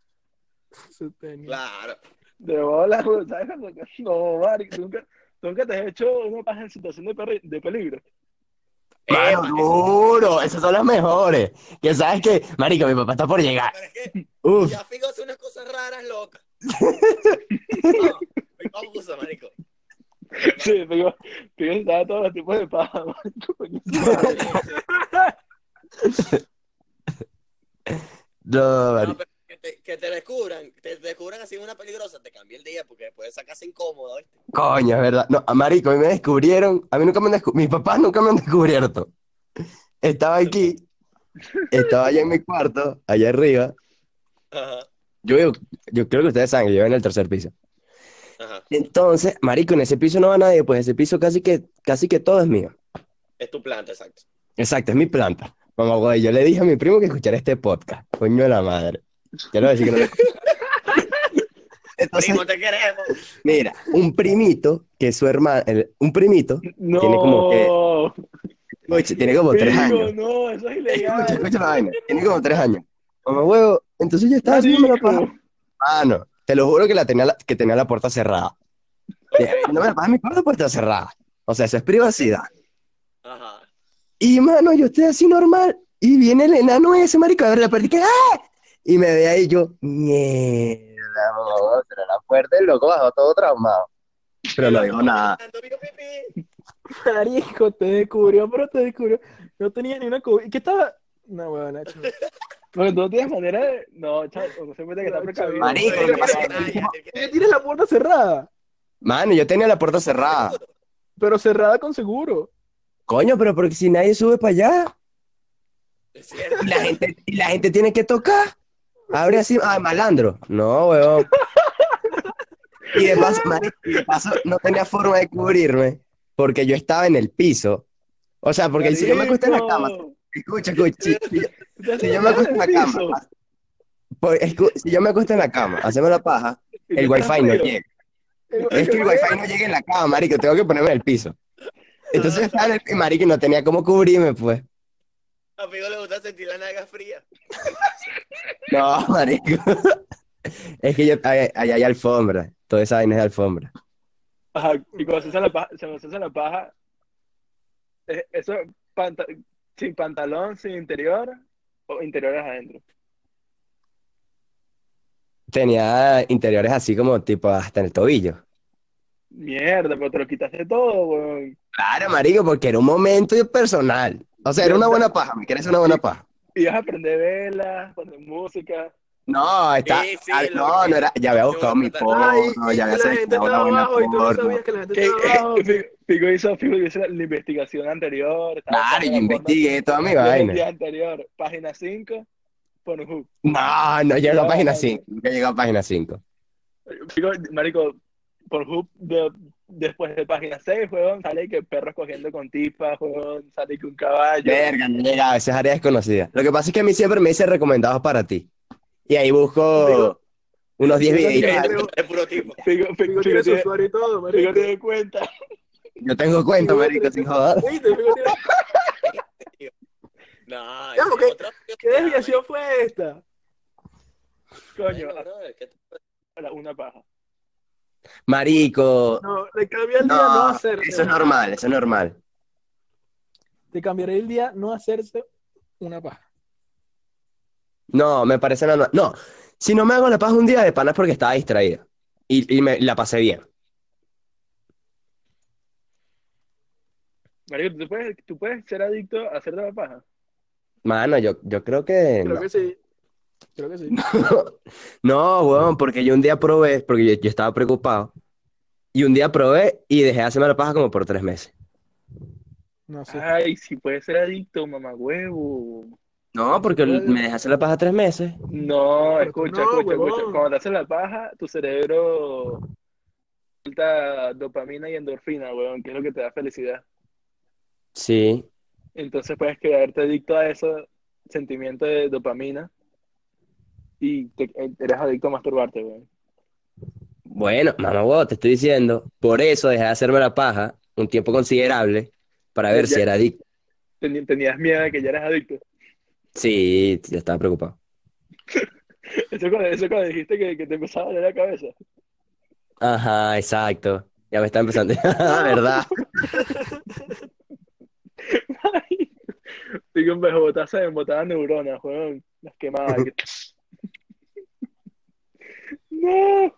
S3: Su técnica.
S2: Claro.
S1: De bola, güey, ¿sabes? Cuando- No, marico, ¿tú nunca, tú nunca te has hecho una paja en situación de, perri- de peligro.
S4: Mano,
S2: Epa,
S4: duro, esos son los mejores. Que sabes que, marico, mi papá está por llegar.
S2: Pero es que
S4: Uf,
S2: ya Figo hace unas cosas raras, locas. No, Figo abusa, marico.
S1: Sí, pero yo estaba todos los tipos de paja, man.
S4: No,
S2: No,
S4: marico.
S2: pero que, te, que te descubran, te descubran así en una peligrosa, te cambia el día porque puedes sacarse incómodo. ¿viste?
S4: Coño, es verdad. No, a marico, a mí me descubrieron. A mí nunca me han descubierto. Mis papás nunca me han descubierto. Estaba aquí. Estaba allá en mi cuarto, allá arriba.
S2: Ajá,
S4: Yo, vivo- yo creo que ustedes saben que yo vivo en el tercer piso.
S2: ajá.
S4: Entonces, marico, en ese piso no va nadie, pues ese piso casi que, casi que todo es mío.
S2: Es tu planta, exacto.
S4: Exacto, es mi planta. Mamá, güey, yo le dije a mi primo que escuchara este podcast. Coño de la madre. Quiero decir que no. lo- Entonces,
S2: Primo, te queremos.
S4: mira, un primito que es su hermano, un primito,
S1: No.
S4: Tiene como oye, tiene como tres
S1: Digo,
S4: años.
S1: no, eso es
S4: Escucha,
S1: ilegal.
S4: escucha la vaina, tiene como tres años. Mamá, huevo, entonces yo estaba haciendo la paja.
S1: Marico.
S4: Mano, te lo juro que la tenía la, que tenía la puerta cerrada. Dije, No me la paja, mi cuarto puerta cerrada. O sea, eso es privacidad.
S2: Ajá.
S4: Y mano, yo estoy así normal. Y viene el enano ese, marico, abre la puerta y que ¡ah! Y me ve ahí y yo, mierda, mamá, pero la puerta el loco bajó todo traumado. Pero no dijo nada.
S2: Ando, piu, piu, piu.
S3: Marico, te descubrió, pero te descubrió. No tenía ni una co- ¿Y qué estaba? No, weón, Nacho.
S1: Pero tú no tienes manera de. No, chaval, se cuenta que está precavido.
S4: Marico,
S2: Ay, ay,
S4: lo que pasa-
S2: ay, ay, ay,
S3: Ella tiene la puerta cerrada,
S4: Mano, yo tenía la puerta cerrada.
S3: pero cerrada con seguro.
S4: Coño, pero porque si nadie sube para allá,
S2: Es cierto.
S4: y la gente, y la gente tiene que tocar. Abre así, ah, malandro. No, weón. Y de paso, marico, y de paso, no tenía forma de cubrirme porque yo estaba en el piso. O sea, porque si yo me acosté en la cama, escucha, escucha, si- si yo- Si yo me acuesto en la cama, por- escu- si yo me acuesto en la cama, hacemos la paja, el wifi no llega. Es que el wifi no llega en la cama, marico, tengo que ponerme en el piso. Entonces yo estaba en el piso, marico, y no tenía cómo cubrirme, pues.
S2: A Figo le gusta sentir la naga fría.
S4: No, marico. Es que yo, ahí ahí hay alfombra, toda esa vaina es de alfombra.
S1: Ajá, y cuando se hace la paja, se nos hace la paja, eh, eso es panta- sin pantalón, sin interior, o interiores adentro.
S4: Tenía interiores así como tipo hasta en el tobillo.
S1: Mierda, pero te lo quitaste todo, weón.
S4: Claro, marico, porque era un momento personal. O sea, era una buena paja, me quieres una buena paja.
S1: Y vas a aprender velas, poner música.
S4: No, está,
S2: Sí, sí,
S4: ah,
S2: lo-
S4: no, no era, ya había buscado mi
S3: Ay,
S4: porno,
S3: y
S4: ya
S3: la
S4: había
S3: gente
S4: seleccionado una
S3: estaba
S4: buena
S3: abajo y tú no
S4: porno.
S3: sabías que la gente
S1: Eh,
S3: estaba abajo.
S1: eh, Figo- Figo hizo, Figo hizo la, la investigación anterior. estaba
S4: Claro,
S1: buscando
S4: yo
S1: la foto
S4: investigué toda mi
S1: del
S4: vaina.
S1: día anterior, página 5, Pornhub.
S4: No, no llegué a la
S1: No,
S4: página
S1: no.
S4: 5. Nunca llegué a página 5.
S1: Figo, marico, Pornhub de- después de página 6, weón, sale que perros cogiendo con tipas, weón, sale que un caballo.
S4: Verga, no llegaba. Esa es área desconocida. Lo que pasa es que a mí siempre me dice recomendados para ti. Y ahí busco
S1: Digo,
S4: unos 10
S3: digo,
S4: videitos.
S3: digo,
S4: algo.
S2: Es puro tipo.
S1: Figo,
S3: Figo
S1: Figo-
S3: tiene su
S1: Figo-
S3: usuario y todo, marico.
S1: Figo te dio cuenta.
S4: Yo tengo cuenta,
S3: digo,
S4: marico,
S3: digo,
S4: sin joder.
S3: ¿Viste? Figo tiene-
S2: No,
S3: Ya,
S2: ese
S3: porque-
S2: es otro-
S3: ¿Qué desviación fue esta?
S1: Coño,
S2: Bueno, brother, ¿qué te-
S1: ahora una paja.
S4: Marico.
S3: No, le cambié el día no
S4: No,
S3: hacerse.
S4: eso es normal, eso es normal.
S3: Te cambiaré el día no hacerse una paja.
S4: No, me parece normal. No, si no me hago la paz un día de panas porque estaba distraído. Y, y me la pasé bien.
S1: Marico, ¿tú puedes, tú puedes ser adicto a hacerte la paja.
S4: Mano, yo, yo creo que
S3: Creo
S4: no.
S3: que sí. Creo que sí.
S4: No, weón, porque yo un día probé, porque yo, yo estaba preocupado, y un día probé y dejé de hacerme la paja como por tres meses.
S3: No sé.
S1: Ay, si puedes ser adicto, mamá huevo.
S4: No, porque l- me dejé hacer la paja tres meses.
S1: No,
S3: Pero
S1: escucha,
S3: no,
S1: escucha,
S3: huevón.
S1: escucha. Cuando te haces la paja, tu cerebro suelta dopamina y endorfina, weón, que es lo que te da felicidad.
S4: Sí.
S1: Entonces puedes quedarte adicto a ese sentimiento de dopamina y te, eh, eres adicto a masturbarte, weón.
S4: Bueno, mamá, huevo, te estoy diciendo, por eso dejé de hacerme la paja un tiempo considerable para ver
S1: Ya-
S4: si era adicto.
S1: Teni- Tenías miedo de que ya eras adicto.
S4: Sí, yo estaba preocupado.
S1: Eso cuando, eso cuando dijiste que, que te empezaba a doler la cabeza.
S4: Ajá, exacto. Ya me está empezando. Ah, ¿Verdad?
S1: Digo, un beso, se me botaban neuronas, weón. Las quemaba. que- no.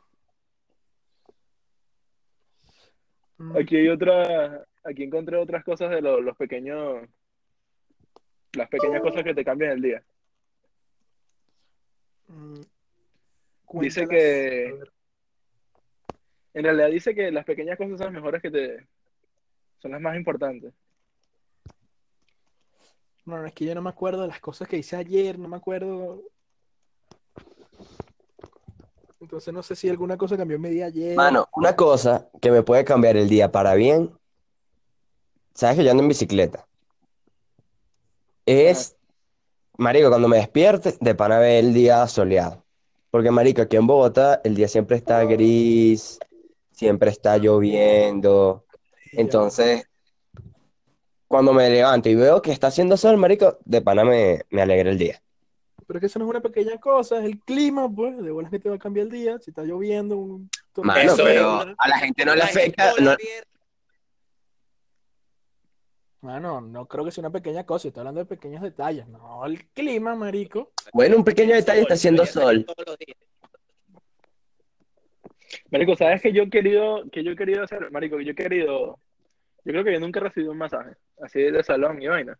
S3: Mm,
S1: Aquí hay otra, aquí encontré otras cosas de lo- los pequeños, las pequeñas cosas que te cambian el día.
S3: Mm.
S1: Dice
S3: Cuéntalas.
S1: que-
S3: A ver.
S1: En realidad dice que las pequeñas cosas son las mejores que te, son las más importantes.
S3: Bueno, es que yo no me acuerdo de las cosas que hice ayer, no me acuerdo. Entonces no sé si alguna cosa cambió en mi día ayer.
S4: Mano, una cosa que me puede cambiar el día para bien, sabes que yo ando en bicicleta. Es, marico, cuando me despierte, de pana ver el día soleado. Porque, marico, aquí en Bogotá el día siempre está gris, siempre está lloviendo.
S3: Ya.
S4: Entonces, cuando me levanto y veo que está haciendo sol, marico, de pana me, me alegra el día.
S3: Pero que eso no es una pequeña cosa, es el clima, pues, de bolas que te va a cambiar el día, si está lloviendo, un
S4: Mano,
S2: Eso es
S4: pero
S2: una-
S4: a la gente no le
S2: Ay,
S4: afecta,
S2: hola,
S4: no-
S2: Pierre.
S3: Mano, no creo que sea una pequeña cosa, estoy hablando de pequeños detalles. No, el clima, marico.
S4: Bueno, un pequeño detalle está haciendo
S2: Yo salgo
S4: sol.
S2: todos los días.
S1: Marico, ¿sabes que yo he querido, que yo he querido hacer? Marico, yo he querido, yo creo que yo nunca he recibido un masaje, así de salón y vaina.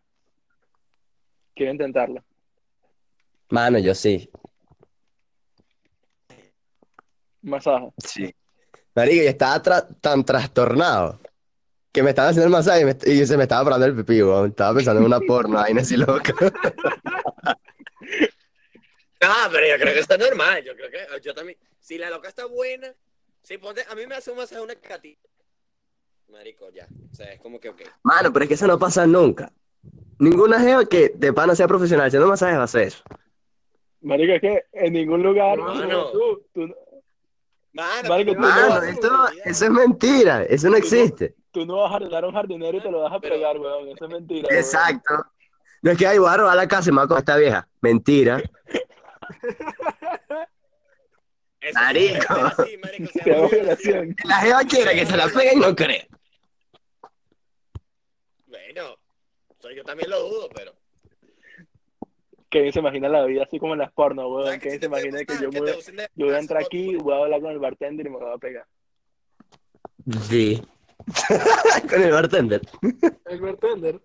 S1: Quiero intentarlo.
S4: Mano, yo sí.
S1: Un masaje.
S4: Sí. Marico, yo estaba tra- tan trastornado que me estaban haciendo el masaje y, me- y se me estaba parando el pipí, weón. Estaba pensando en una porno, ahí así loca.
S2: Ah, pero yo creo que está normal. Yo creo que ah, yo también. Si la loca está buena, si ponte, a mí me hace un masaje una catita. Marico, ya. O sea, es como que, ok.
S4: Mano, pero es que eso no pasa nunca. Ninguna jeva que de pana sea profesional haciendo masajes va a hacer eso.
S1: Marico, es que en ningún lugar,
S2: Mano.
S1: tú- tú-
S2: Mano,
S1: Marico,
S2: pero
S1: tú no
S2: yo-
S4: Mano,
S1: vas a
S4: esto- eso es mentira, eso no existe.
S1: Tú no vas a arreglar a un jardinero y te lo vas a
S2: Pero-
S1: pegar, weón. Eso es mentira. weón.
S4: Exacto. No es que, ay, voy a robar la casa y me voy a comer a esta vieja. Mentira.
S2: Eso sí,
S4: Marico.
S2: pero así, marico, se
S1: Te
S2: llama
S1: hago
S2: violación.
S1: violación.
S4: La jeva quiere que se la peguen, no cree.
S2: Bueno, o sea, yo también lo dudo, pero.
S1: Kevin se imagina la vida así como en las porno,
S2: O sea,
S1: weón.
S2: que si
S1: Kevin
S2: te
S1: se imagina
S2: gusta,
S1: que yo,
S2: que
S1: voy-
S2: te usen de-
S1: yo voy a entrar aquí, voy a hablar con el bartender y me lo voy a pegar.
S4: Sí. Con el bartender.
S3: El bartender.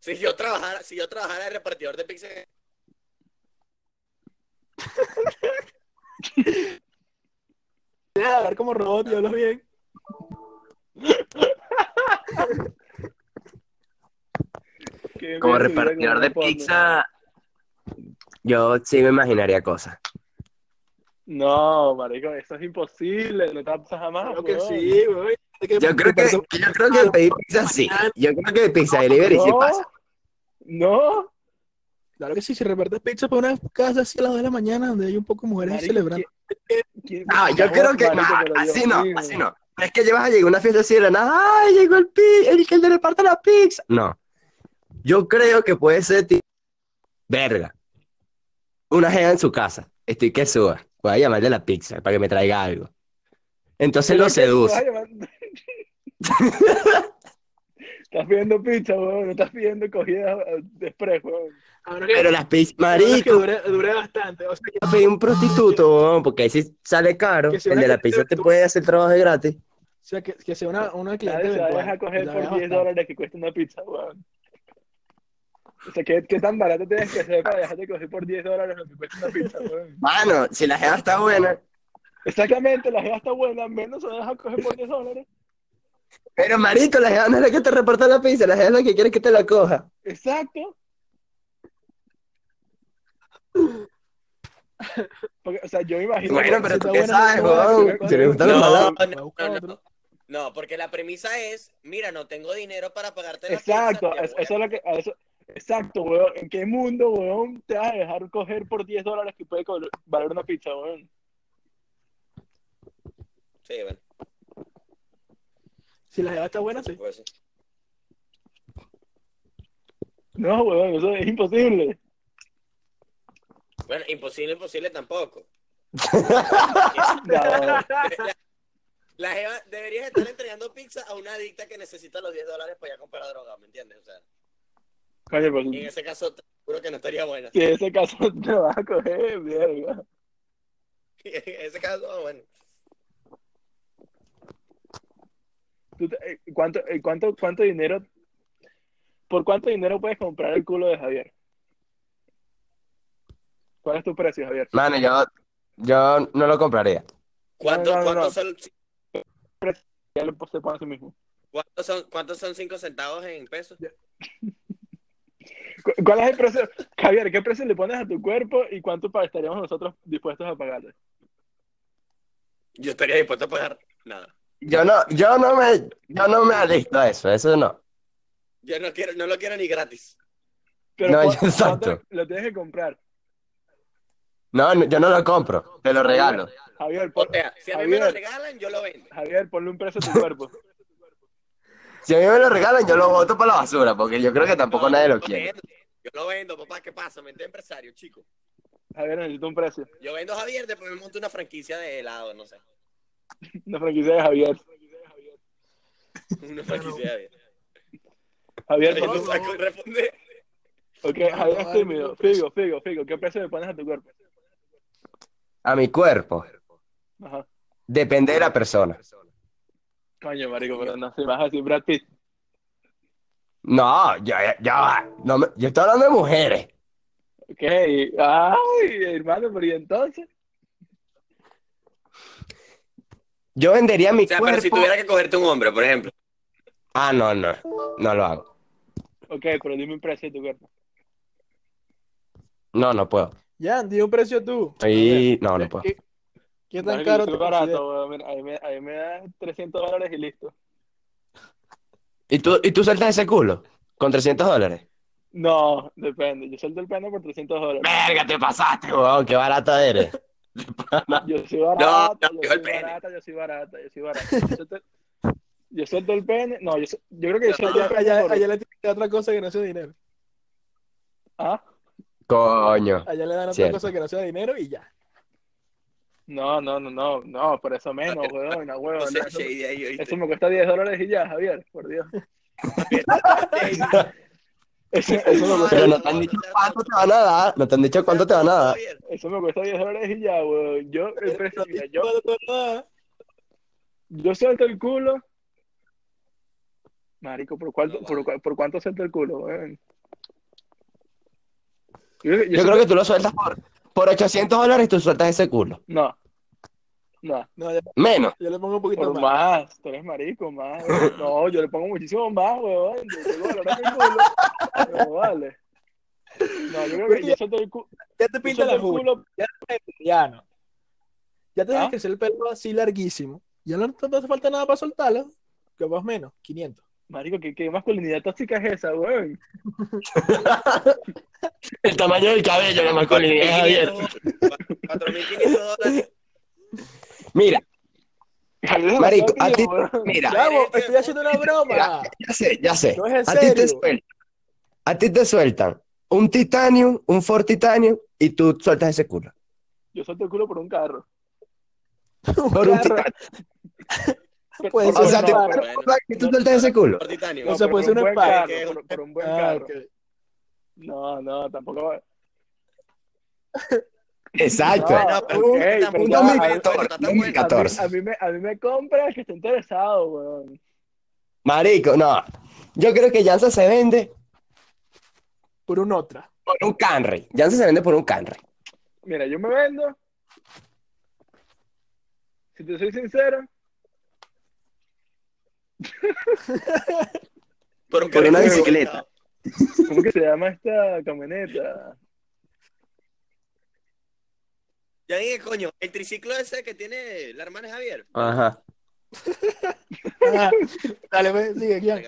S2: Si yo trabajara, si yo trabajara de repartidor de pizza,
S3: Deja de hablar como robot y hablas bien.
S1: Kevin
S4: Como
S1: vive su vida
S4: repartidor
S1: una
S4: de
S1: porno.
S4: pizza, yo sí me imaginaría cosas.
S1: No, marico, eso es imposible. No te pasa jamás.
S3: Creo que
S1: Ah, weón.
S3: sí, güey.
S4: Yo creo que, que yo creo que pedir pizza sí.
S1: Ah,
S4: Yo creo que pizza delivery sí
S1: No,
S4: pasa.
S1: no.
S3: Claro que sí, si repartes pizza para una casa así a las 2 de la mañana donde hay un poco de mujeres ahí
S1: Marico,
S3: celebrando.
S1: ¿quién- quién-
S4: No, Ah, yo
S1: Vos,
S4: creo que no,
S1: marico, pero Dios
S4: así no,
S1: mío.
S4: así no. No es que llevas a llegar a una fiesta así de la nada, ¡ay, llegó el pi, el que le reparte la pizza! No. Yo creo que puede ser ti- verga. Una jeva en su casa. Estoy que suba. Voy a llamarle a la pizza para que me traiga algo. Entonces
S1: Pero
S4: lo
S1: es que tú vas
S4: seduce.
S1: llamando- Estás pidiendo pizza, weón. No estás pidiendo cogida eh, de express, weón.
S3: Ahora que-
S4: Pero las pizzas,
S3: ahora que
S4: marico,
S3: dura, dura bastante. O sea, que-
S4: pedí un prostituto, weón, porque ahí sí sale caro.
S3: Que si
S4: El
S3: una
S4: de la
S3: gente
S4: pizza te
S3: tú-
S4: puede hacer trabajo de gratis.
S3: o sea, que, que sea una, una cliente
S1: Nadie se va a
S3: eventual.
S1: dejar coger
S3: La
S1: por
S3: veas
S1: 10
S3: bastante.
S1: dólares que cuesta una pizza, weón. O sea, ¿qué, qué tan barato tienes que hacer para dejarte coger por 10 dólares lo que cuesta una pizza, weón?
S4: Mano, si la jeva está buena.
S1: Exactamente, la jeva está buena, menos se deja coger por 10 dólares.
S4: Pero marico, la jeva no es la que te reporta la pizza, la jeva es la que quiere que te la coja.
S1: Exacto. Porque, o sea, yo me imagino.
S4: Bueno, pero
S3: si
S4: tú
S3: está
S4: qué
S3: buena,
S4: sabes,
S3: no está buena,
S4: weón.
S3: pero
S4: Si le
S3: bueno,
S4: gustan
S2: no,
S4: los
S2: no,
S4: malados.
S3: Me
S2: no,
S3: busca
S2: no,
S3: otro.
S2: no, porque la premisa es, mira, no tengo dinero para pagarte la
S1: Exacto,
S2: pizza.
S1: es- eso es lo que. a eso- exacto, weón. ¿En qué mundo, weón, te vas a dejar coger por 10 dólares que puede co- valer una pizza, weón?
S2: Sí, bueno,
S3: Si la jeva está buena, sí.
S2: pues,
S1: No, weón, eso es imposible.
S2: bueno, imposible, imposible tampoco.
S1: No, weón.
S2: La jeva, deberías estar entregando pizza a una adicta que necesita los 10 dólares para ir a comprar la droga, ¿me entiendes? O sea,
S1: Coño, pero
S2: y en ese caso, te juro que no estaría buena.
S1: si en ese caso te vas a coger, verga.
S2: En ese caso, bueno.
S1: tú te- eh, ¿Cuánto, eh, cuánto, cuánto dinero? ¿Por cuánto dinero puedes comprar el culo de Javier? ¿Cuál es tu precio, Javier?
S4: Mano, yo, yo no lo compraría.
S2: ¿Cuánto,
S1: No, no, no,
S2: cuánto
S1: no.
S2: son,
S1: Ya lo se pone a sí mismo.
S2: cuánto son, cuántos son cinco centavos en pesos?
S1: ¿Cu- ¿Cuál es el precio? Javier, ¿qué precio le pones a tu cuerpo y cuánto pa- estaríamos nosotros dispuestos a pagarle?
S2: Yo estaría dispuesto a pagar nada.
S4: Yo no, yo no me, yo no me alisto a eso, eso no.
S2: Yo no quiero, no lo quiero ni gratis.
S1: Pero
S4: No,
S1: ¿cu-
S4: yo- exacto.
S1: cuánto Lo tienes que comprar.
S4: No, no, yo no lo compro, te lo regalo.
S1: Javier,
S2: O
S1: pon-
S2: sea, si a mí me lo
S1: Javier.
S2: regalan, yo lo vendo.
S1: Javier, ponle un precio a tu cuerpo.
S4: Si a mí me lo regalan, yo lo boto para la basura, porque yo creo que tampoco
S2: No,
S4: nadie
S2: yo
S4: lo quiere.
S2: vendo. Yo lo vendo, papá, ¿qué pasa? Mente empresario, chico.
S1: Javier, necesito un precio.
S2: Yo vendo a Javier, después me monto una franquicia de helado, no sé.
S1: Una franquicia de Javier.
S2: Una franquicia de Javier.
S1: Javier,
S2: Javier
S1: pon
S2: no
S1: tu-
S2: sabe cómo responder.
S1: Ok,
S3: No,
S1: Javier es
S3: vale,
S1: tímido.
S3: ningún precio.
S1: Figo, Figo, Figo. ¿Qué precio le pones a tu cuerpo?
S4: A mi cuerpo,
S1: Ajá.
S4: depende de la persona.
S1: Coño, marico, pero no sé. Vas a decir Brad Pitt.
S4: No, ya, ya va. No me- yo estoy hablando de mujeres.
S1: Ok. Ay, hermano, pero ¿y entonces?
S4: Yo vendería mi
S2: O sea, pero
S4: cuerpo.
S2: si tuviera que cogerte un hombre, por ejemplo.
S4: Ah, no, no, no lo hago.
S1: Ok, pero dime un precio de tu cuerpo.
S4: No, no puedo.
S3: Jan, di un precio tú.
S4: Estoy- No, no
S3: ¿Qué,
S4: puedo.
S3: qué- qué tan
S1: Marico,
S3: caro
S1: yo
S3: te
S1: soy
S3: consideras?
S1: barato, weón. Mira, ahí me, ahí me da 300 dólares y listo.
S4: ¿Y tú, y tú sueltas ese culo? Con 300 dólares.
S1: No, depende. Yo suelto el pene por 300 dólares.
S4: Verga, te pasaste, weón. Qué barata eres.
S1: Yo soy barata,
S2: No, no,
S1: yo
S2: digo
S1: soy
S2: el pene.
S1: barata, yo soy barata, yo soy barata. Yo suelto, yo suelto el pene. No, yo, su- yo creo que yo suelto el
S2: No,
S1: pene
S3: Allá,
S1: por-
S3: allá le tienen otra cosa que no sea dinero.
S1: ¿Ah?
S4: Coño.
S3: Allá le dan otra
S4: Cierto.
S3: cosa que no sea dinero y ya.
S1: No, no, no, no, no, por eso menos, weón, no,
S2: No
S1: weón.
S2: sé,
S1: eso,
S2: shady ahí, ¿oíste?
S1: eso me cuesta 10 dólares y ya, Javier, por Dios. Eso, eso me cuesta,
S4: Pero no te han dicho cuánto te van a dar. No te han dicho cuánto te van a dar.
S2: Javier,
S1: eso me cuesta 10 dólares y ya, weón. Yo, el precio, mira, yo,
S3: Ah,
S1: yo suelto el culo. Marico, ¿por cuánto, por, cua- por cuánto suelto el culo, weón? Yo, creo que- yo
S4: Yo
S1: suelto-
S4: creo que tú lo sueltas por, por 800 dólares y tú sueltas ese culo.
S1: No, no,
S3: No, ya-
S4: Menos.
S3: yo le pongo un poquito
S1: por
S3: más.
S1: más, tú eres marico, más. weón. No, yo le pongo muchísimo más, weón. Yo tengo valor a mi culo. No vale. No, yo creo que yo suelto el culo.
S3: Ya te pinta la
S1: el
S3: juventud.
S1: culo.
S3: Ya no. Ya te dejas
S1: ¿Ah?
S3: crecer el pelo así larguísimo. Ya no te hace falta nada para soltarlo. Capaz menos, 500.
S1: Marico, ¿qué, qué masculinidad tóxica es esa, weón?
S4: El tamaño del cabello, la masculinidad, Javier.
S2: 4.500 dólares.
S4: Mira, Marico, a ti-
S1: weón.
S4: mira.
S3: Chavo,
S1: este
S3: estoy haciendo una broma.
S4: Ya, ya sé, ya sé.
S3: No es en
S4: a ti te
S3: serio.
S4: sueltan. A ti te sueltan un Titanium, un Ford Titanium y tú sueltas ese culo.
S1: Yo suelto el culo por un carro.
S4: Por
S3: Claro,
S4: un Titanium.
S1: Pero-
S3: Puede
S1: por-
S3: ser
S4: O sea,
S1: no,
S4: te
S3: claro.
S1: pero-
S2: Bueno.
S4: o sea, que tú sueltas ese culo.
S2: Por titanio.
S1: no,
S3: O sea,
S1: pero
S3: puede
S1: por
S3: ser
S1: un buen
S3: un par.
S1: carro,
S2: Que es un-
S1: por, por un buen
S3: Ah,
S1: carro.
S3: ok.
S1: No, no, tampoco. va-
S4: Exacto.
S1: No,
S2: No, pero
S1: ok,
S2: está
S1: pero
S2: muy
S1: ya,
S2: bueno,
S1: a-
S2: está tan bueno.
S4: 2014.
S1: A mí, a mí me, a mí me compra el que está interesado, weón.
S4: Marico, no. Yo creo que Jansa se vende
S3: Por un otra.
S4: por un Canry. Jansa se vende por un Canry.
S1: Mira, yo me vendo. Si te soy sincero,
S2: Por, un
S4: Por una
S2: carrito de
S4: bicicleta.
S2: mercado.
S1: ¿cómo que se llama esta camioneta?
S2: Ya dije, coño, el triciclo ese que tiene la hermana Javier.
S4: Ajá.
S3: Ah, dale, ve, sigue, ya.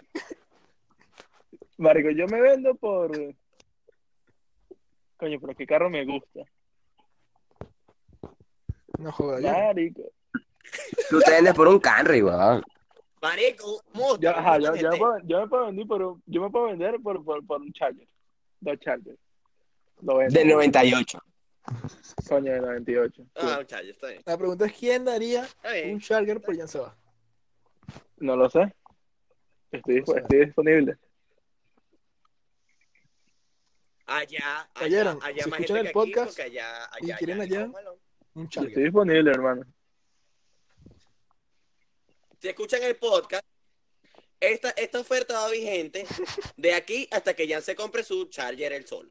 S1: Marico, yo me vendo por. Coño, pero qué carro me gusta.
S3: No
S2: Ah.
S3: jodas, ya.
S1: Marico.
S4: Tú te vendes por un Canry, weón.
S2: Marico, un monstruo,
S1: Yo, ajá, yo,
S2: un
S1: yo, me
S2: gente.
S1: puedo, yo me puedo vender por un, yo me puedo vender por, por, por un Charger. Dos Chargers. Lo vendo.
S4: Del 98.
S1: Coño, del 98. Sí.
S2: Ah, muchacho, está bien.
S3: La pregunta es: ¿quién daría
S2: Está bien.
S3: un Charger por Jan Seba?
S1: No lo sé. Estoy, dispu- estoy disponible.
S2: Allá, allá,
S3: Cayeron.
S2: allá
S3: Si
S2: más gente
S3: escuchan el
S2: que aquí,
S3: podcast
S2: porque allá, allá,
S3: y quieren
S2: allá,
S3: allá,
S2: no,
S3: Un
S1: Yo
S3: Charger.
S1: estoy disponible, hermano.
S2: Si escuchan el podcast, Esta, esta oferta va vigente de aquí hasta que Jan se compre su charger él solo.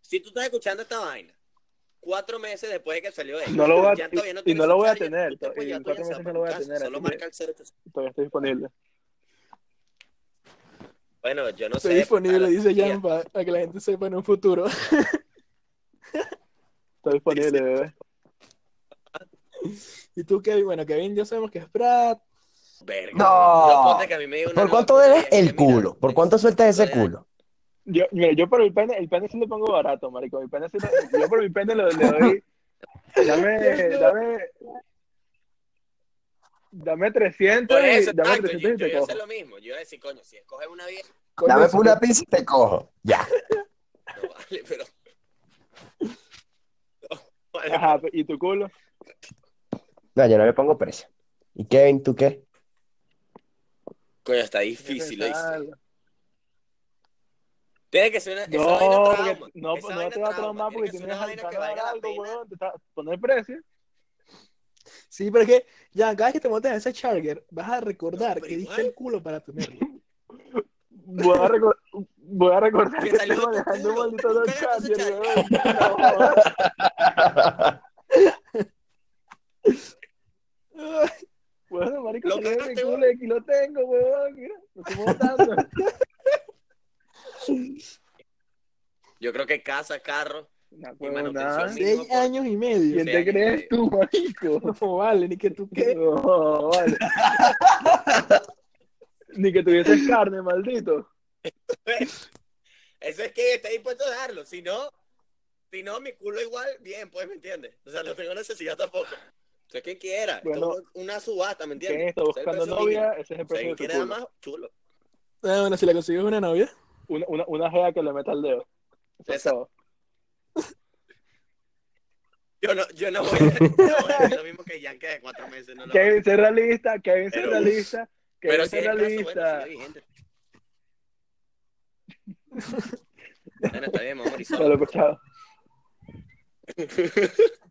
S2: Si tú estás escuchando esta vaina, cuatro meses después de que salió él,
S1: No lo voy a-
S2: Jan todavía no
S1: y
S2: tiene
S1: no
S2: su
S1: lo voy a
S2: charger,
S1: tener,
S2: tú te puedes
S1: y
S2: llevar
S1: en
S2: tu
S1: cuatro
S2: WhatsApp
S1: meses no lo voy a
S2: para tu
S1: tener,
S2: casa, Solo
S1: así que-
S2: marca el 0800.
S1: Todavía está disponible.
S2: Bueno, yo no
S3: Estoy
S2: sé.
S3: disponible,
S2: para-
S3: dice Jan, para, para que la gente sepa en un futuro.
S1: Está disponible, bebé.
S3: ¿Y tú, Kevin? Bueno, Kevin ya sabemos que es Brad.
S2: Verga.
S4: No.
S2: ponte que a mí me dio una
S4: ¿Por
S2: loca,
S4: cuánto eres
S2: dije,
S4: el
S2: mira,
S4: culo? ¿Por cuánto sueltas ese
S2: Estoy-
S4: culo?
S1: Yo, mira, yo por mi pene, el pene sí le pongo barato, marico. Mi pene sí le- yo por mi pene lo- le doy. Dame, dame. Dame 300
S2: Por eso,
S1: y dame
S2: exacto,
S1: 300
S2: yo,
S1: y
S2: yo
S1: te
S2: iba a
S1: cojo.
S2: hacer lo mismo. Yo iba a decir, coño, si escoges una vieja,
S3: Coño,
S4: Dame
S3: eso-
S4: por una pizza y te cojo. Ya.
S2: no vale, pero. No, vale.
S1: Ajá, y tu culo.
S4: No, yo no le pongo precio. ¿Y Kevin, tú qué?
S2: Coño, está difícil, ¿oíste?
S1: Dale.
S2: Tiene que ser una. esa
S1: No,
S2: vaina
S1: porque
S2: trauma,
S1: no,
S2: esa
S1: no
S2: vaina
S1: te va a traumar
S2: tiene
S1: porque
S2: que ser
S1: tienes
S2: una vaina que
S1: ganas de
S2: valga la
S1: algo,
S2: pena.
S1: weón. Te está poner precio.
S3: Sí, pero es que, Jan, cada vez que te montes en ese charger, vas a recordar
S2: No, pero
S3: que diste
S2: igual.
S3: el culo para tenerlo.
S1: Voy a, recor- voy a recordar
S2: Que
S1: que
S2: salió
S1: estoy
S2: de tu
S1: manejando un
S2: culo.
S1: maldito
S2: Tú
S1: Dodge
S2: cagaste ese
S1: Charger, weón. No, jodas. Bueno, marico,
S2: Lo
S1: salió de mi
S2: cagaste,
S1: culo
S2: weón.
S1: y aquí lo tengo, weón. Mira, lo estoy montando.
S2: Yo creo que casa, carro.
S1: No,
S2: Y
S1: weón,
S2: manutención.
S1: nada.
S3: Seis
S2: por-
S3: años y medio.
S1: ¿Quién te
S2: Sí,
S1: crees
S2: sí.
S1: tú, marico?
S3: No vale, ni que tú qué.
S1: No, vale. Ni que tuvieses carne, maldito.
S2: Eso es que está dispuesto a darlo. Si no, si no, mi culo igual, bien, pues, ¿me entiendes? O sea, no tengo necesidad tampoco. O sea, quien quiera. Esto
S1: Bueno.
S2: es una subasta, ¿me
S1: ¿Quién
S2: entiendes?
S1: está
S2: O sea, el
S1: buscando
S2: precio mínimo.
S1: novia? Ese es el
S2: O sea,
S1: precio de
S2: quien quiera
S1: tu
S2: dar
S1: culo.
S2: más, chulo.
S3: Ah, bueno, si la consigues una novia.
S1: Una, una, una jea que le meta el dedo. Eso es
S2: Esa-
S1: todo.
S2: Yo no, yo no voy a, no voy a hacer lo mismo que ya que de cuatro meses. No lo hago.
S1: Kevin, sé realista. Kevin, sé
S2: Pero-
S1: realista.
S2: Pero
S1: Kevin,
S2: si
S1: sé
S2: es el caso, bueno,
S1: realista.
S2: sigue vigente. Bueno, está bien, vamos a morir
S1: Ya lo he
S2: solos.
S1: escuchado.